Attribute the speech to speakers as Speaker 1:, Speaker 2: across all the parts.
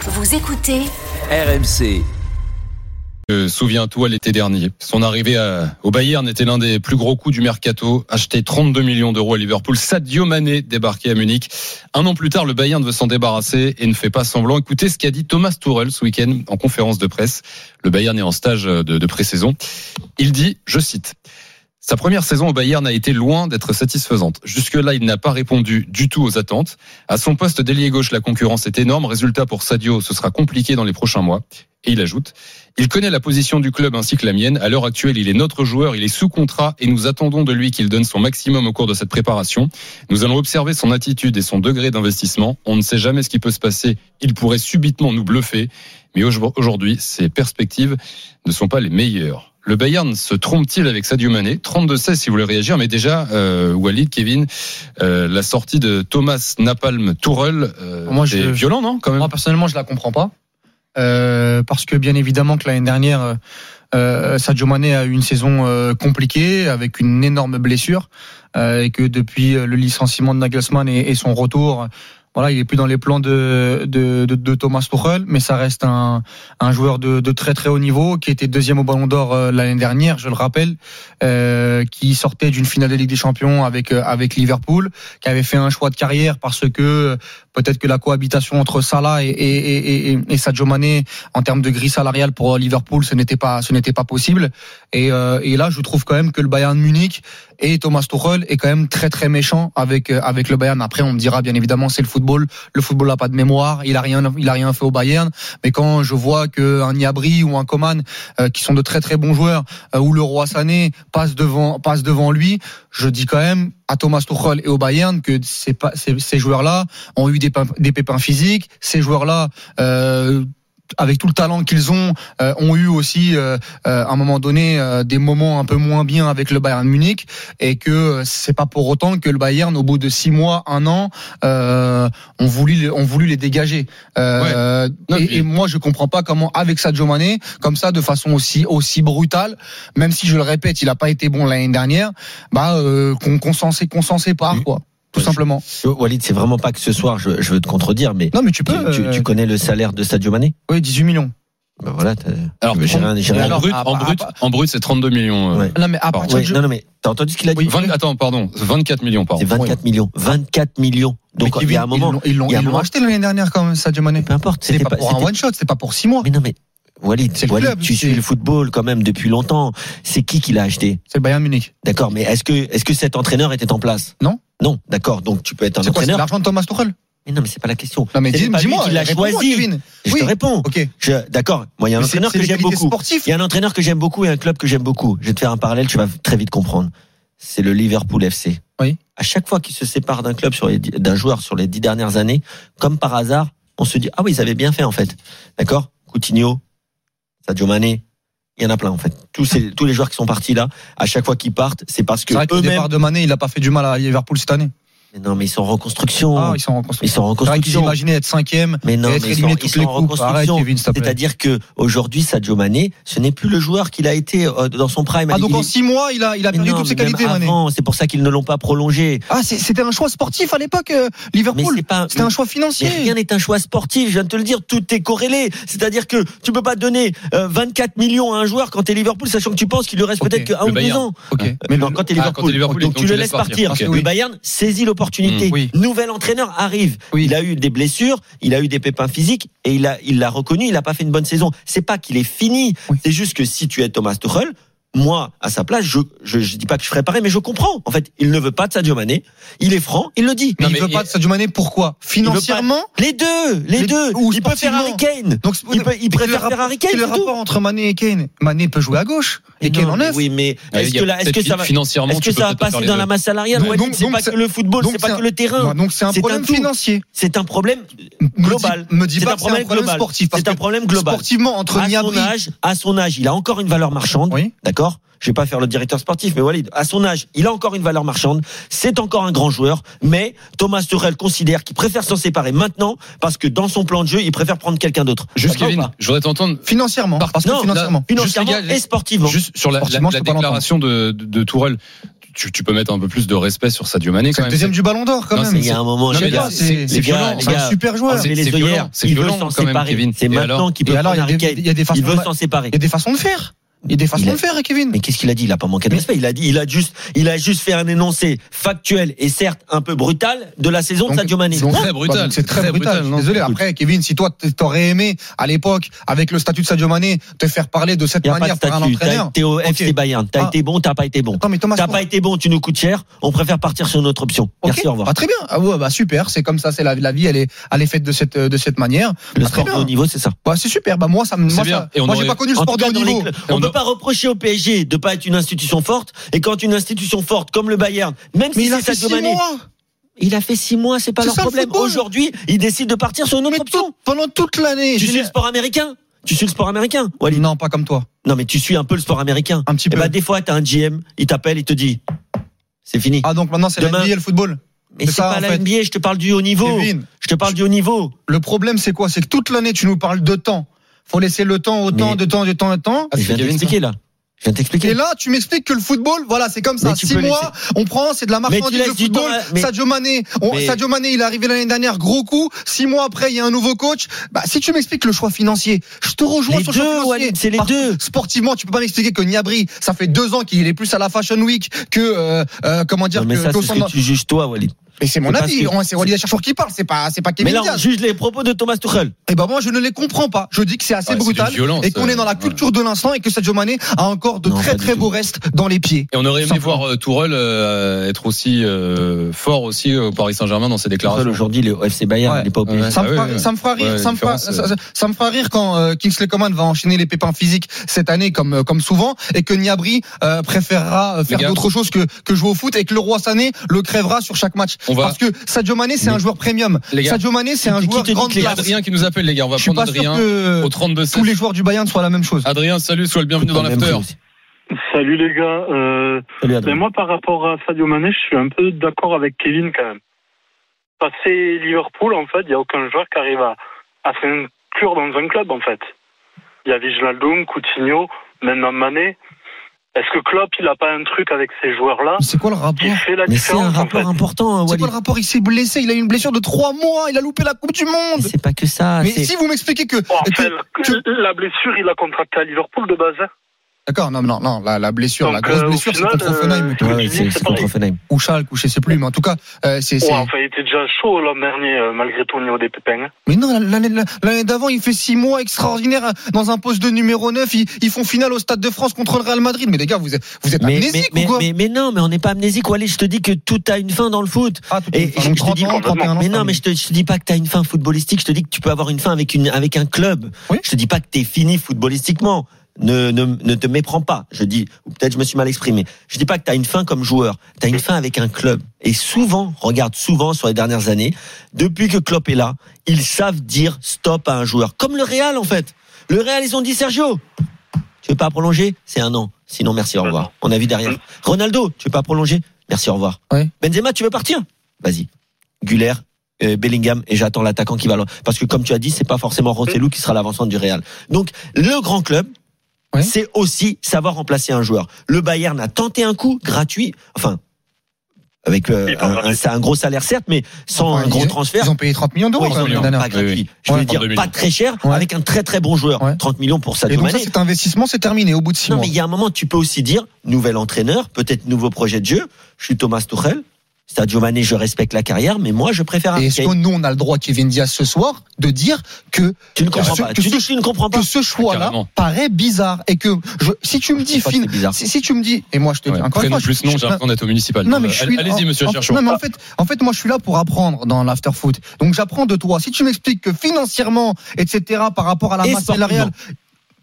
Speaker 1: Vous écoutez
Speaker 2: RMC.
Speaker 3: Euh, Souviens-toi l'été dernier. Son arrivée à- au Bayern était l'un des plus gros coups du mercato. Acheté 32 millions d'euros à Liverpool, Sadio Mané débarqué à Munich. Un an plus tard, le Bayern veut s'en débarrasser et ne fait pas semblant. Écoutez ce qu'a dit Thomas Tuchel ce week-end en conférence de presse. Le Bayern est en stage de, de pré-saison. Il dit, je cite, sa première saison au Bayern a été loin d'être satisfaisante. Jusque-là, il n'a pas répondu du tout aux attentes. À son poste d'ailier gauche, la concurrence est énorme. Résultat pour Sadio, ce sera compliqué dans les prochains mois. Et il ajoute, il connaît la position du club ainsi que la mienne. À l'heure actuelle, il est notre joueur, il est sous contrat et nous attendons de lui qu'il donne son maximum au cours de cette préparation. Nous allons observer son attitude et son degré d'investissement. On ne sait jamais ce qui peut se passer. Il pourrait subitement nous bluffer. Mais au- aujourd'hui, ses perspectives ne sont pas les meilleures. Le Bayern se trompe-t-il avec Sadio Mané 32-16 si vous voulez réagir, mais déjà, euh, Walid, Kevin, euh, la sortie de Thomas Napalm Tourel, euh,
Speaker 4: Moi,
Speaker 3: c'est
Speaker 4: je-
Speaker 3: violent, non quand même
Speaker 4: Moi, personnellement, je la comprends pas. Euh, parce que, bien évidemment, que l'année dernière, euh, euh, Sadio Mané a eu une saison euh, compliquée, avec une énorme blessure, euh, et que depuis euh, le licenciement de Nagelsmann et, et son retour, voilà, il est plus dans les plans de, de, de, de Thomas Tuchel, mais ça reste un, un joueur de, de très très haut niveau qui était deuxième au Ballon d'Or euh, l'année dernière, je le rappelle, euh, qui sortait d'une finale de Ligue des Champions avec euh, avec Liverpool, qui avait fait un choix de carrière parce que euh, peut-être que la cohabitation entre Salah et, et, et, et, et Sadio Mané en termes de grille salariale pour Liverpool, ce n'était pas ce n'était pas possible. Et, euh, et là, je trouve quand même que le Bayern de Munich et Thomas Tuchel est quand même très très méchant avec euh, avec le Bayern. Après, on me dira bien évidemment c'est le football. Le football n'a pas de mémoire. Il a rien il a rien fait au Bayern. Mais quand je vois que un Niabri ou un Coman euh, qui sont de très très bons joueurs euh, ou le Roi Sané passe devant passe devant lui, je dis quand même à Thomas Tuchel et au Bayern que c'est pas ces, ces joueurs là ont eu des, pin- des pépins physiques. Ces joueurs-là, euh, avec tout le talent qu'ils ont, euh, ont eu aussi euh, euh, à un moment donné euh, des moments un peu moins bien avec le Bayern Munich, et que euh, c'est pas pour autant que le Bayern, au bout de six mois, un an, euh, ont voulu les- ont voulu les dégager. Euh,
Speaker 3: Non,
Speaker 4: et,
Speaker 3: puis-
Speaker 4: et moi, je comprends pas comment avec Sadio Mané, comme ça, de façon aussi aussi brutale, même si je le répète, il a pas été bon l'année dernière, bah euh, qu'on qu'on s'en sé- qu'on s'en sépare
Speaker 5: Mm.
Speaker 3: Mhm.
Speaker 4: quoi, tout
Speaker 5: Ouais, je-
Speaker 4: simplement.
Speaker 5: Walid, c'est vraiment pas que ce soir, je, je veux te contredire, mais
Speaker 4: Non, mais tu
Speaker 5: tu,
Speaker 4: peux.
Speaker 5: tu-
Speaker 4: euh,
Speaker 5: tu connais le salaire de Sadio Mané
Speaker 4: Oui, 18 millions.
Speaker 5: ben voilà, t'as-
Speaker 3: Alors,
Speaker 5: j'ai rien- j'ai rien-
Speaker 3: en brut,
Speaker 4: à-
Speaker 3: en
Speaker 5: bah,
Speaker 4: à-
Speaker 5: ah
Speaker 3: brut,
Speaker 4: à-
Speaker 3: en brut, c'est 32 millions. euh,
Speaker 5: Ouais.
Speaker 4: Non, mais à
Speaker 3: Pardon.
Speaker 4: partir
Speaker 5: Ouais,
Speaker 4: du-
Speaker 5: non, non, mais t'as entendu ce qu'il a dit
Speaker 4: Oui.
Speaker 3: 20 attends, pardon, 24 millions par an.
Speaker 5: C'est 24 millions. 24 millions. Donc
Speaker 4: Mais
Speaker 5: il y a un
Speaker 4: Kevin,
Speaker 5: moment,
Speaker 4: ils l'ont- Ils l'ont
Speaker 5: il y a un
Speaker 4: ils l'ont
Speaker 5: moment-
Speaker 4: acheté l'année dernière, quand même, Sadio Mané.
Speaker 5: peu importe.
Speaker 4: C'était
Speaker 5: c'était
Speaker 4: pas pour un
Speaker 5: c'était-
Speaker 4: one shot, c'était pas pour 6 mois.
Speaker 5: Mais non, mais Walid,
Speaker 4: C'est le
Speaker 5: Walid,
Speaker 4: club,
Speaker 5: tu
Speaker 4: c'est-
Speaker 5: suis le football quand même depuis longtemps. C'est qui qui l'a acheté
Speaker 4: C'est le Bayern Munich.
Speaker 5: D'accord, mais est-ce que, est-ce que cet entraîneur était en place
Speaker 4: Non.
Speaker 5: Non, d'accord. Donc tu peux être un
Speaker 4: C'est quoi, c'est
Speaker 5: entraîneur.
Speaker 4: l'argent de Thomas Tuchel
Speaker 5: mais non, mais c'est pas la question.
Speaker 4: Non, mais
Speaker 5: C'est
Speaker 4: dis-
Speaker 5: pas lui
Speaker 4: dis-moi,
Speaker 5: qui l'a
Speaker 4: réponds-moi,
Speaker 5: choisi.
Speaker 4: Kevin.
Speaker 5: Je
Speaker 4: Oui.
Speaker 5: te réponds.
Speaker 4: Ok.
Speaker 5: Je- d'accord. Moi, il y a un
Speaker 4: Mais c'est-
Speaker 5: entraîneur
Speaker 4: c'est
Speaker 5: que
Speaker 4: les
Speaker 5: j'aime
Speaker 4: qualités
Speaker 5: beaucoup.
Speaker 4: sportives.
Speaker 5: Il y a un entraîneur que j'aime beaucoup et un club que j'aime beaucoup. Je vais te faire un parallèle, tu vas très vite comprendre. C'est le Liverpool FC.
Speaker 4: Oui.
Speaker 5: À chaque fois qu'il se sépare d'un club sur les dix- d'un joueur sur les dix dernières années, comme par hasard, on se dit ah oui ils avaient bien fait en fait. D'accord. Coutinho, Sadio Mané, il y en a plein en fait. Tous ces- tous les joueurs qui sont partis là, à chaque fois qu'ils partent, c'est parce que
Speaker 4: C'est vrai que le
Speaker 5: eux-mêmes.
Speaker 4: départ de Mané, il a pas fait du mal à Liverpool cette année.
Speaker 5: Non mais ils sont en reconstruction.
Speaker 4: Ah, ils sont en
Speaker 5: Ils
Speaker 4: construction.
Speaker 5: sont en
Speaker 4: C'est vrai qu'ils
Speaker 5: reconstruction.
Speaker 4: imaginaient être 5ème
Speaker 5: Mais
Speaker 4: et
Speaker 5: non,
Speaker 4: être
Speaker 5: mais ils sont,
Speaker 4: éliminés
Speaker 5: ils
Speaker 4: toutes
Speaker 5: sont
Speaker 4: les
Speaker 5: en
Speaker 4: coupes. Arrête,
Speaker 5: reconstruction.
Speaker 4: Kevin, s'il te plaît.
Speaker 5: C'est-à-dire que aujourd'hui, Sadio Mané, ce n'est plus le joueur qu'il a été euh, dans son prime.
Speaker 4: Ah, donc
Speaker 5: Il-
Speaker 4: en 6 mois, il a il a
Speaker 5: Mais
Speaker 4: perdu
Speaker 5: non,
Speaker 4: toutes ses
Speaker 5: mais même
Speaker 4: qualités, Mané.
Speaker 5: avant, C'est pour ça qu'ils ne l'ont pas prolongé.
Speaker 4: Ah, c'est- c'était un choix sportif à l'époque, euh, Liverpool.
Speaker 5: c'est pas-
Speaker 4: C'était un choix
Speaker 5: Mais rien
Speaker 4: financier.
Speaker 5: n'est un choix sportif, je viens de te le dire, tout est corrélé. C'est-à-dire que tu peux pas donner euh, 24 millions à un joueur quand t'es Liverpool, sachant que tu penses qu'il lui reste
Speaker 4: Ok,
Speaker 5: peut-être qu'un
Speaker 3: le
Speaker 5: ou deux
Speaker 3: Bayern.
Speaker 5: ans.
Speaker 4: Ok.
Speaker 5: Mais
Speaker 4: Mais
Speaker 5: non,
Speaker 4: le-
Speaker 5: quand t'es
Speaker 3: Ah,
Speaker 5: Liverpool,
Speaker 3: quand t'es Liverpool,
Speaker 5: donc,
Speaker 3: donc
Speaker 5: tu le laisses partir.
Speaker 4: Parce que
Speaker 5: Le
Speaker 4: oui.
Speaker 5: Bayern saisit
Speaker 4: Mm.
Speaker 5: l'opportunité.
Speaker 4: Oui.
Speaker 5: Nouvel entraîneur arrive.
Speaker 4: Oui.
Speaker 5: Il a eu des blessures, il a eu des pépins physiques et il a, il l'a reconnu. Il n'a pas fait une bonne saison. C'est pas qu'il est fini.
Speaker 4: Oui.
Speaker 5: C'est juste que si tu es Thomas Tuchel, moi, à sa place, je, je, je dis pas que je ferais pareil, mais je comprends. En fait, il ne veut pas de Sadio Mané. Il est franc, il le dit.
Speaker 4: mais
Speaker 3: Non,
Speaker 4: il
Speaker 3: mais
Speaker 4: veut pas
Speaker 3: il-
Speaker 4: de Sadio Mané, pourquoi Financièrement
Speaker 5: Les deux, les,
Speaker 4: Les-
Speaker 5: deux.
Speaker 4: ou
Speaker 5: il peut faire
Speaker 4: sportivement.
Speaker 5: Harry Kane.
Speaker 4: donc,
Speaker 5: Il, peut- il
Speaker 4: quel est le
Speaker 5: préfère
Speaker 4: rapport-
Speaker 5: faire Harry Kane.
Speaker 4: Quel est le
Speaker 5: c'est tout.
Speaker 4: rapport entre Mané et Kane Mané peut jouer à gauche et Kane
Speaker 5: Non,
Speaker 4: en
Speaker 5: mais
Speaker 4: 9.
Speaker 5: Oui, mais
Speaker 3: Ah,
Speaker 5: est-ce
Speaker 3: il y a
Speaker 5: que, là, est-ce que
Speaker 3: peut-être
Speaker 5: ça va,
Speaker 3: financièrement,
Speaker 5: est-ce
Speaker 3: tu
Speaker 5: que
Speaker 3: peux
Speaker 5: ça va
Speaker 3: peut-être faire
Speaker 5: passer
Speaker 3: les
Speaker 5: dans
Speaker 3: deux.
Speaker 5: la masse salariale
Speaker 4: Donc-
Speaker 5: Walid,
Speaker 4: donc-
Speaker 5: C'est
Speaker 4: donc
Speaker 5: pas
Speaker 4: ça-
Speaker 5: que le football,
Speaker 4: donc
Speaker 5: c'est pas
Speaker 4: c'est
Speaker 5: que le terrain.
Speaker 4: Donc c'est un
Speaker 5: C'est
Speaker 4: problème
Speaker 5: un tout.
Speaker 4: financier.
Speaker 5: C'est un problème
Speaker 4: Me
Speaker 5: Global.
Speaker 4: dis- Me dis
Speaker 5: C'est
Speaker 4: pas
Speaker 5: un
Speaker 4: que c'est un
Speaker 5: problème
Speaker 4: problème
Speaker 5: global.
Speaker 4: sportif. parce
Speaker 5: C'est un
Speaker 4: que
Speaker 5: problème global.
Speaker 4: Sportivement, entre
Speaker 5: À son
Speaker 4: Niabri.
Speaker 5: âge, à son âge, il a encore une valeur marchande.
Speaker 4: Oui.
Speaker 5: D'accord Je vais pas faire le directeur sportif, mais Walid, à son âge, il a encore une valeur marchande. C'est encore un grand joueur, mais Thomas Tuchel considère qu'il préfère s'en séparer maintenant parce que dans son plan de jeu, il préfère prendre quelqu'un d'autre.
Speaker 3: Juste
Speaker 5: D'accord ou
Speaker 3: Kevin,
Speaker 5: pas
Speaker 3: je voudrais t'entendre
Speaker 4: Financièrement,
Speaker 3: Par-
Speaker 4: parce que
Speaker 5: Non, là-
Speaker 4: financièrement.
Speaker 5: Financièrement
Speaker 3: Juste les gars,
Speaker 5: et sportivement.
Speaker 3: juste sur la, la-
Speaker 4: Sportivement, je
Speaker 3: la
Speaker 4: peux pas
Speaker 3: déclaration de, de, de Tourelle. Tu, tu peux mettre un peu plus de respect sur Sadio Mané
Speaker 4: C'est
Speaker 3: quand
Speaker 4: le
Speaker 3: même.
Speaker 4: deuxième du Ballon d'Or quand
Speaker 5: Non,
Speaker 4: même.
Speaker 5: c'est- il y a un moment,
Speaker 3: Non,
Speaker 5: les
Speaker 3: mais
Speaker 5: gars,
Speaker 3: là, c'est
Speaker 5: les
Speaker 3: c'est
Speaker 5: gars,
Speaker 3: violent.
Speaker 5: les
Speaker 4: C'est
Speaker 3: ça.
Speaker 5: gars, Ah,
Speaker 4: un super joueur.
Speaker 5: enlever les
Speaker 3: c'est violent,
Speaker 5: œillères,
Speaker 3: c'est
Speaker 5: il veut
Speaker 3: violent
Speaker 5: s'en
Speaker 3: quand même, Kevin.
Speaker 5: séparer. C'est
Speaker 3: Et
Speaker 5: maintenant
Speaker 3: alors
Speaker 5: qu'il
Speaker 4: Et
Speaker 5: peut
Speaker 4: alors,
Speaker 5: prendre
Speaker 4: il y a
Speaker 5: Harry
Speaker 4: des-
Speaker 5: Kane.
Speaker 4: il y a des façons
Speaker 5: Il veut
Speaker 4: de-
Speaker 5: s'en séparer.
Speaker 4: Il y a des façons de faire. Il y a des façons
Speaker 5: Il a-
Speaker 4: de faire, Kevin.
Speaker 5: Mais qu'est-ce qu'il a dit Il a pas manqué de respect. Il a dit, il a juste, il a juste fait un énoncé factuel et certes un peu brutal de la saison
Speaker 4: Donc-
Speaker 5: de Sadio Mané.
Speaker 3: donc-
Speaker 5: Ouais,
Speaker 3: très brutal.
Speaker 4: Bah, donc C'est très,
Speaker 3: Très
Speaker 4: brutal.
Speaker 3: brutal,
Speaker 4: je suis
Speaker 3: non
Speaker 4: Désolé.
Speaker 3: Cool.
Speaker 4: Après, Kevin, si toi t- t'aurais aimé à l'époque avec le statut de Sadio Mané te faire parler de cette
Speaker 5: Il n'y a pas de
Speaker 4: manière par un
Speaker 5: statut. T'as
Speaker 4: entraîneur.
Speaker 5: été au
Speaker 4: Ok.
Speaker 5: FC Bayern. T'as
Speaker 4: Ah.
Speaker 5: été bon, t'as pas été bon.
Speaker 4: Non mais Thomas,
Speaker 5: T'as pas été bon, tu nous coûtes cher. On préfère partir sur notre option.
Speaker 4: Ok.
Speaker 5: Merci, au revoir.
Speaker 4: Ah, très bien. Ah ouais, bah super. C'est comme ça. C'est la, la vie. Elle est, elle est faite de cette, de cette manière.
Speaker 5: Le
Speaker 4: Ah, très
Speaker 5: sport de
Speaker 4: bien.
Speaker 5: haut niveau, c'est ça.
Speaker 4: Bah, c'est super. Bah moi, ça me.
Speaker 3: C'est
Speaker 4: Moi,
Speaker 3: bien.
Speaker 4: ça-
Speaker 3: Et on
Speaker 4: moi, j'ai
Speaker 3: aurait-
Speaker 4: pas connu le
Speaker 5: En
Speaker 4: sport
Speaker 5: tout
Speaker 4: de
Speaker 5: cas,
Speaker 4: haut
Speaker 5: dans les
Speaker 4: niveau.
Speaker 5: clubs,
Speaker 3: Et
Speaker 5: on
Speaker 3: on
Speaker 5: ne peut
Speaker 3: a-
Speaker 5: pas reprocher au PSG de pas être une institution forte. Et quand une institution forte comme le Bayern, même
Speaker 4: Mais
Speaker 5: si
Speaker 4: il a
Speaker 5: c'est
Speaker 4: fait
Speaker 5: Sadio
Speaker 4: six
Speaker 5: Mané,
Speaker 4: mois.
Speaker 5: il a fait six mois, c'est pas
Speaker 4: C'est
Speaker 5: leur
Speaker 4: ça, le
Speaker 5: problème.
Speaker 4: football.
Speaker 5: Aujourd'hui, ils décident de partir sur une autre
Speaker 4: Mais
Speaker 5: option.
Speaker 4: tout- pendant toute l'année.
Speaker 5: Tu
Speaker 4: j'ai-
Speaker 5: suis le sport américain Tu suis le sport américain Walid
Speaker 4: Non, pas comme toi.
Speaker 5: Non, mais tu suis un peu le sport américain.
Speaker 4: Un petit
Speaker 5: Et
Speaker 4: peu.
Speaker 5: bah, des fois, t'as un GM, il t'appelle, il te dit c'est fini.
Speaker 4: Ah donc maintenant c'est la
Speaker 5: Demain-
Speaker 4: NBA et le football.
Speaker 5: mais
Speaker 4: c'est
Speaker 5: c'est
Speaker 4: ça,
Speaker 5: pas
Speaker 4: en
Speaker 5: la
Speaker 4: fait.
Speaker 5: NBA, je te parle du haut niveau.
Speaker 4: Kevin,
Speaker 5: Je te parle du haut niveau.
Speaker 4: le problème c'est quoi C'est que toute l'année tu nous parles de temps. Faut laisser le temps au temps,
Speaker 5: Mais-
Speaker 4: de temps, de temps, de temps.
Speaker 3: Ah,
Speaker 5: je
Speaker 3: c'est
Speaker 5: viens de
Speaker 3: Kevin, ça.
Speaker 5: t'expliquer là. Je viens de t'expliquer.
Speaker 4: Et là, tu m'expliques que le football, voilà, c'est comme
Speaker 5: Mais
Speaker 4: ça.
Speaker 5: tu
Speaker 4: Six
Speaker 5: peux
Speaker 4: mois, on prend, c'est de la
Speaker 5: Mais tu
Speaker 4: marchandise
Speaker 5: laisses
Speaker 4: de
Speaker 5: du temps
Speaker 4: football.
Speaker 5: à- mais-
Speaker 4: Sadio Mané, on-
Speaker 5: Mais-
Speaker 4: Sadio Mané, il est arrivé l'année dernière, gros coup. Six mois après, il y a un nouveau coach. Bah, si tu m'expliques le choix financier, je te rejoins
Speaker 5: Les
Speaker 4: sur le choix
Speaker 5: deux,
Speaker 4: financier.
Speaker 5: Walid, c'est les
Speaker 4: Parce-
Speaker 5: deux.
Speaker 4: Sportivement, tu peux pas m'expliquer que Niabri, ça fait deux ans qu'il est plus à la Fashion Week que euh, euh, comment dire
Speaker 5: Non, mais
Speaker 4: que-
Speaker 5: ça,
Speaker 4: qu'au
Speaker 5: c'est ce
Speaker 4: centre-
Speaker 5: que tu juges toi, Walid.
Speaker 4: Mais c'est mon
Speaker 5: c'est
Speaker 4: avis.
Speaker 5: parce que-
Speaker 4: on- C'est Walid Acharchour qui parle. C'est pas, c'est pas
Speaker 5: Mais
Speaker 4: Kevin
Speaker 5: là, on
Speaker 4: Diaz.
Speaker 5: juge les propos de Thomas Tuchel.
Speaker 4: Eh ben moi je ne les comprends pas. Je dis que c'est assez
Speaker 3: Ouais, Ah, c'est
Speaker 4: brutal
Speaker 3: d'une violence,
Speaker 4: et qu'on est dans la
Speaker 3: euh,
Speaker 4: culture de l'instant et que Sadio Mané a encore de
Speaker 5: Non, pas
Speaker 4: très
Speaker 5: du
Speaker 4: très
Speaker 5: tout.
Speaker 4: beaux restes dans les pieds.
Speaker 3: Et on aurait aimé
Speaker 4: Simplement.
Speaker 3: voir euh, Tourelle euh, être aussi euh, fort aussi au Paris Saint-Germain dans ses
Speaker 5: Tuchel,
Speaker 3: déclarations.
Speaker 5: aujourd'hui, il est au FC Bayern,
Speaker 4: Ouais.
Speaker 5: il est pas au PSG.
Speaker 3: Ouais.
Speaker 4: Ça
Speaker 3: Ah
Speaker 4: me,
Speaker 3: oui,
Speaker 4: fera,
Speaker 3: oui.
Speaker 4: ça me fera rire,
Speaker 3: Ouais,
Speaker 4: ça, me fera,
Speaker 3: différence,
Speaker 4: ça,
Speaker 3: euh.
Speaker 4: ça- ça me fera rire quand euh, Kingsley Coman va enchaîner les pépins physiques cette année comme euh, comme souvent et que Niabri euh, préférera euh, faire
Speaker 3: gars.
Speaker 4: d'autres choses que que jouer au foot et que le roi Sané le crèvera sur chaque match
Speaker 3: On va-
Speaker 4: parce que Sadio Mané c'est
Speaker 3: Mais-
Speaker 4: un joueur premium.
Speaker 3: Les gars,
Speaker 4: Sadio Mané c'est un
Speaker 5: qui
Speaker 4: joueur
Speaker 5: te dit
Speaker 4: grande
Speaker 5: que les
Speaker 3: Il y a
Speaker 4: classe.
Speaker 3: Adrien qui nous appelle les gars, on va
Speaker 4: Je suis
Speaker 3: prendre
Speaker 4: pas sûr
Speaker 3: Adrien
Speaker 4: que
Speaker 3: au 32
Speaker 4: tous les joueurs du Bayern soient la même chose.
Speaker 3: Adrien, salut, sois le bienvenu dans
Speaker 5: Même
Speaker 3: l'after.
Speaker 5: chose.
Speaker 1: Salut les gars. Euh,
Speaker 5: Salut,
Speaker 1: ben
Speaker 5: Adrien.
Speaker 1: moi, par rapport à Sadio Mané, je suis un peu d'accord avec Kevin quand même. Passé Liverpool, en fait, il n'y a aucun joueur qui arrive à, à s'inclure dans un club, en fait. Il y a Wijnaldum, Coutinho, maintenant Mané. Est-ce que Klopp, il n'a pas un truc avec ces joueurs-là
Speaker 3: Ah.
Speaker 4: C'est quoi le rapport
Speaker 1: qui fait la
Speaker 5: Mais c'est
Speaker 1: différence
Speaker 5: un
Speaker 1: en
Speaker 5: rapport
Speaker 1: fait
Speaker 5: important, hein,
Speaker 4: C'est
Speaker 5: Walid.
Speaker 4: quoi le rapport Il s'est blessé, il a eu une blessure de trois mois, il a loupé la Coupe du
Speaker 5: Mais
Speaker 4: Monde.
Speaker 5: C'est pas que ça.
Speaker 4: Mais
Speaker 5: c'est-
Speaker 4: si vous m'expliquez que,
Speaker 1: Bon, en
Speaker 4: que-
Speaker 1: fait,
Speaker 4: que-
Speaker 1: la blessure, il l'a contracté à Liverpool de base. hein.
Speaker 4: d'accord, non, non, non, la, la blessure, la
Speaker 1: Donc,
Speaker 4: grosse
Speaker 1: euh, au
Speaker 4: blessure, c'est
Speaker 1: final,
Speaker 4: contre
Speaker 1: euh,
Speaker 4: Offenheim que-
Speaker 5: Ouais, ouais,
Speaker 1: Kevin,
Speaker 5: c'est
Speaker 1: c'est
Speaker 5: c'est contre
Speaker 1: pareil.
Speaker 5: Offenheim.
Speaker 4: ou Schalke, ou je sais plus, mais en tout cas, euh, c'est. c'est-
Speaker 1: Ouais, enfin, il était déjà chaud l'an dernier, euh, malgré tout, au niveau des pépins. hein.
Speaker 4: Mais non, l'année l'année d'avant, il fait six mois extraordinaires euh, dans un poste de numéro 9. Ils, ils font finale au Stade de France contre le Real Madrid. Mais les gars, vous êtes, vous êtes
Speaker 5: Mais, mais,
Speaker 4: amnésiques
Speaker 5: mais,
Speaker 4: ou quoi
Speaker 5: mais- mais non, mais on n'est pas amnésique, Walid. Je te dis que tout a une fin dans le foot.
Speaker 4: Ah, tout
Speaker 5: Et-
Speaker 4: enfin,
Speaker 5: et
Speaker 4: donc
Speaker 5: je te dis
Speaker 4: 30 ans, 31
Speaker 1: complètement.
Speaker 4: ans,
Speaker 5: mais
Speaker 4: ça,
Speaker 5: non, mais je te, je te dis pas que t'as une fin footballistique. Je te dis que tu peux avoir une fin avec une avec un club.
Speaker 4: Oui.
Speaker 5: Je te dis pas que t'es fini footballistiquement. Ne, ne, ne te méprends pas. Je dis, ou peut-être je me suis mal exprimé. Je dis pas que t'as une fin comme joueur. T'as une fin avec un club. Et souvent, regarde souvent sur les dernières années, depuis que Klopp est là, ils savent dire stop à un joueur. Comme le Real en fait. Le Real, ils ont dit Sergio, tu veux pas prolonger C'est un an. Sinon, merci, au revoir. On a vu derrière. Ronaldo, tu veux pas prolonger Merci, au revoir.
Speaker 4: Ouais.
Speaker 5: Benzema, tu veux partir Vas-y. Guller, euh, Bellingham et j'attends l'attaquant qui va là. Parce que comme tu as dit, c'est pas forcément Rossellou qui sera l'avancement du Real. Donc le grand club.
Speaker 4: Ouais.
Speaker 5: C'est aussi savoir remplacer un joueur. Le Bayern a tenté un coup gratuit, enfin avec euh,
Speaker 1: Et pas
Speaker 5: un,
Speaker 1: gratuit.
Speaker 5: un- c'est un gros salaire certes, mais sans
Speaker 4: Enfin,
Speaker 5: un gros
Speaker 4: ils-
Speaker 5: transfert.
Speaker 4: Ils ont payé 30 millions d'euros
Speaker 5: Oui,
Speaker 4: quand même,
Speaker 5: non,
Speaker 4: l'année
Speaker 5: non,
Speaker 4: dernière.
Speaker 5: pas gratuit.
Speaker 3: oui.
Speaker 5: Je
Speaker 4: Ouais,
Speaker 5: veux dire
Speaker 3: 32
Speaker 5: pas très cher
Speaker 4: Ouais.
Speaker 5: avec un très très bon joueur.
Speaker 4: Ouais.
Speaker 5: 30 millions pour
Speaker 4: Et
Speaker 5: Sadio
Speaker 4: donc, ça,
Speaker 5: Mané.
Speaker 4: cet investissement, c'est terminé au bout de six
Speaker 5: Non,
Speaker 4: mois.
Speaker 5: mais il y a un moment, tu peux aussi dire nouvel entraîneur, peut-être nouveau projet de jeu. Je suis Thomas Tuchel. Sadio Mané, je respecte la carrière, mais moi, je préfère.
Speaker 4: Et
Speaker 5: Harry
Speaker 4: est-ce
Speaker 5: Kane.
Speaker 4: que nous, on a le droit, Kevin Diaz, ce soir, de dire que,
Speaker 5: Tu ne comprends
Speaker 4: que ce-
Speaker 5: pas.
Speaker 4: que
Speaker 5: Tu
Speaker 4: ce-
Speaker 5: dis que tu ne comprends pas.
Speaker 4: que ce choix-là
Speaker 3: Ah bah, Carrément.
Speaker 4: paraît bizarre et que je, si tu me
Speaker 5: Je
Speaker 4: dis
Speaker 5: sais pas si
Speaker 4: fin,
Speaker 5: c'est bizarre.
Speaker 4: si, si tu me dis, et moi je te dis
Speaker 3: Ouais,
Speaker 4: encore une
Speaker 3: prénom
Speaker 4: fois,
Speaker 3: plus
Speaker 4: je-
Speaker 3: nom,
Speaker 4: je-
Speaker 3: j'ai l'impression d'être au municipal.
Speaker 4: non mais je
Speaker 3: Euh,
Speaker 4: suis.
Speaker 3: Allez-y,
Speaker 4: en-
Speaker 3: monsieur
Speaker 4: en-
Speaker 3: Cherchon.
Speaker 4: Non mais en fait, en fait, moi je suis là pour apprendre dans l'after foot. Donc j'apprends de toi. Si tu m'expliques que financièrement, etc., par rapport à la
Speaker 5: Et
Speaker 4: masse salariale,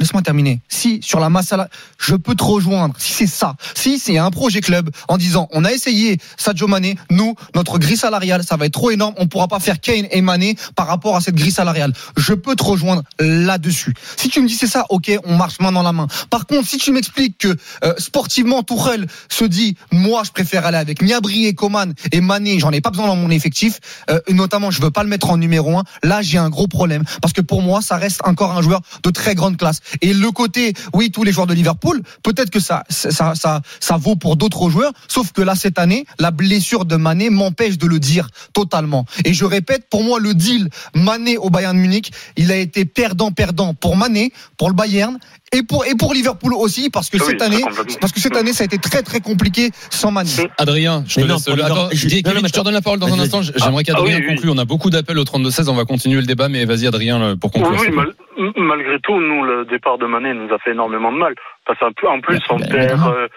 Speaker 4: laisse-moi terminer. Si sur la masse, salariale, je peux te rejoindre, si c'est ça, si c'est un projet club en disant on a essayé Sadio Mané, nous, notre grille salariale, ça va être trop énorme, on pourra pas faire Kane et Mané par rapport à cette grille salariale. Je peux te rejoindre là-dessus. Si tu me dis c'est ça, ok, on marche main dans la main. Par contre, si tu m'expliques que euh, sportivement, Tourelle se dit moi, je préfère aller avec Niabri et Coman et Mané, j'en ai pas besoin dans mon effectif, euh, notamment je veux pas le mettre en numéro un, là j'ai un gros problème parce que pour moi, ça reste encore un joueur de très grande classe. Et le côté, oui, tous les joueurs de Liverpool, peut-être que ça, ça, ça, ça vaut pour d'autres joueurs, sauf que là, cette année, la blessure de Mané m'empêche de le dire totalement. Et je répète, pour moi, le deal Mané au Bayern de Munich, il a été perdant-perdant pour Mané, pour le Bayern, et pour, et pour Liverpool aussi, parce que
Speaker 1: Oui,
Speaker 4: cette
Speaker 1: ça,
Speaker 4: année,
Speaker 1: complètement.
Speaker 4: parce que cette année, ça a été très, très compliqué sans Mané.
Speaker 3: Adrien, je te
Speaker 5: Mais non,
Speaker 3: laisse.
Speaker 5: pour
Speaker 3: le-
Speaker 5: les
Speaker 3: Attends,
Speaker 5: gens- je-
Speaker 3: Kevin,
Speaker 5: non, non, mais
Speaker 3: je te redonne la parole dans un
Speaker 5: vas-y,
Speaker 3: instant.
Speaker 5: vas-y.
Speaker 3: J'aimerais qu'Adrien
Speaker 1: ah oui, oui.
Speaker 3: conclue. On a beaucoup d'appels au 32-16. On va continuer le débat, mais vas-y, Adrien, le- pour conclure.
Speaker 1: Oui, oui, mal- m- malgré tout, nous, le départ de Mané nous a fait énormément de mal. Parce qu'en plus- en plus,
Speaker 5: Bah,
Speaker 1: on,
Speaker 5: bah,
Speaker 1: perd,
Speaker 5: évidemment.
Speaker 1: euh,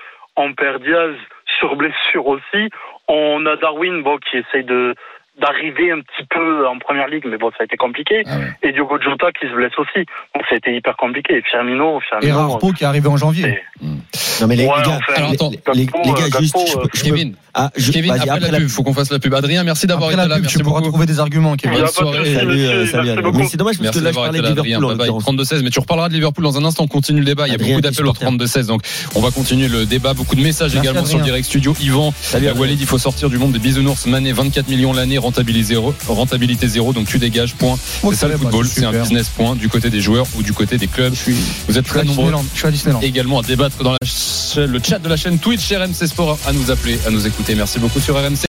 Speaker 1: on perd Diaz sur blessure aussi. On a Darwin bon, qui essaye de d'arriver un petit peu en première ligue, mais bon, ça a été compliqué.
Speaker 3: Ah ouais.
Speaker 1: Et Diogo Jota qui se blesse aussi. Donc, ça a été hyper compliqué. Et Firmino, Firmino.
Speaker 4: Et Rarpo qui est arrivé en janvier.
Speaker 5: Non, mais les,
Speaker 1: Ouais,
Speaker 5: les gars,
Speaker 1: enfin,
Speaker 3: Alors, attends.
Speaker 5: les, les-
Speaker 1: Gakpo,
Speaker 5: les gars,
Speaker 1: Gakpo,
Speaker 5: juste, je peux-
Speaker 1: euh,
Speaker 5: je peux-
Speaker 3: Kevin,
Speaker 5: ah, je-
Speaker 3: Kevin,
Speaker 5: vas-y,
Speaker 3: après, la, pub, faut qu'on fasse la pub. Adrien, merci d'avoir
Speaker 4: Après
Speaker 3: été
Speaker 4: la
Speaker 3: là.
Speaker 4: pub,
Speaker 3: merci
Speaker 4: tu pourras
Speaker 3: beaucoup.
Speaker 4: trouver des arguments, Kevin.
Speaker 1: Il y
Speaker 3: Bonne
Speaker 1: a pas de
Speaker 3: soirée.
Speaker 1: souci,
Speaker 5: Salut,
Speaker 1: monsieur.
Speaker 5: euh, salut,
Speaker 1: Merci
Speaker 5: Adrien.
Speaker 1: beaucoup.
Speaker 5: Mais c'est dommage parce
Speaker 3: Merci
Speaker 5: que là, je
Speaker 3: d'avoir
Speaker 5: parlais
Speaker 3: été
Speaker 5: de
Speaker 3: là, Adrien.
Speaker 5: Liverpool en
Speaker 3: Bye bye.
Speaker 5: l'occurrence.
Speaker 3: 32-16, mais tu reparleras de Liverpool dans un instant. On continue le débat. Il y a
Speaker 5: Adrien,
Speaker 3: beaucoup
Speaker 5: t'es
Speaker 3: d'appels au
Speaker 5: supporter.
Speaker 3: 32-16, donc on va continuer le débat. Beaucoup de messages
Speaker 4: Merci,
Speaker 3: également sur le
Speaker 4: Adrien.
Speaker 3: direct studio. Yvan,
Speaker 5: Salut,
Speaker 3: euh, Walid, il faut sortir du monde des bisounours. Mané, 24 millions l'année, rentabilité zéro, rentabilité zéro, donc tu dégages, point.
Speaker 4: Oh,
Speaker 3: C'est ça le
Speaker 4: bah,
Speaker 3: football, c'est un
Speaker 4: super.
Speaker 3: business, point, du côté des joueurs ou du côté des clubs.
Speaker 5: Je suis-
Speaker 3: Vous êtes
Speaker 4: Je suis
Speaker 3: très
Speaker 4: à
Speaker 3: nombreux
Speaker 4: Disneyland. Je suis à Disneyland.
Speaker 3: également à débattre dans la ch- le chat de la chaîne Twitch RMC Sport, à nous appeler, à nous écouter. Merci beaucoup sur RMC.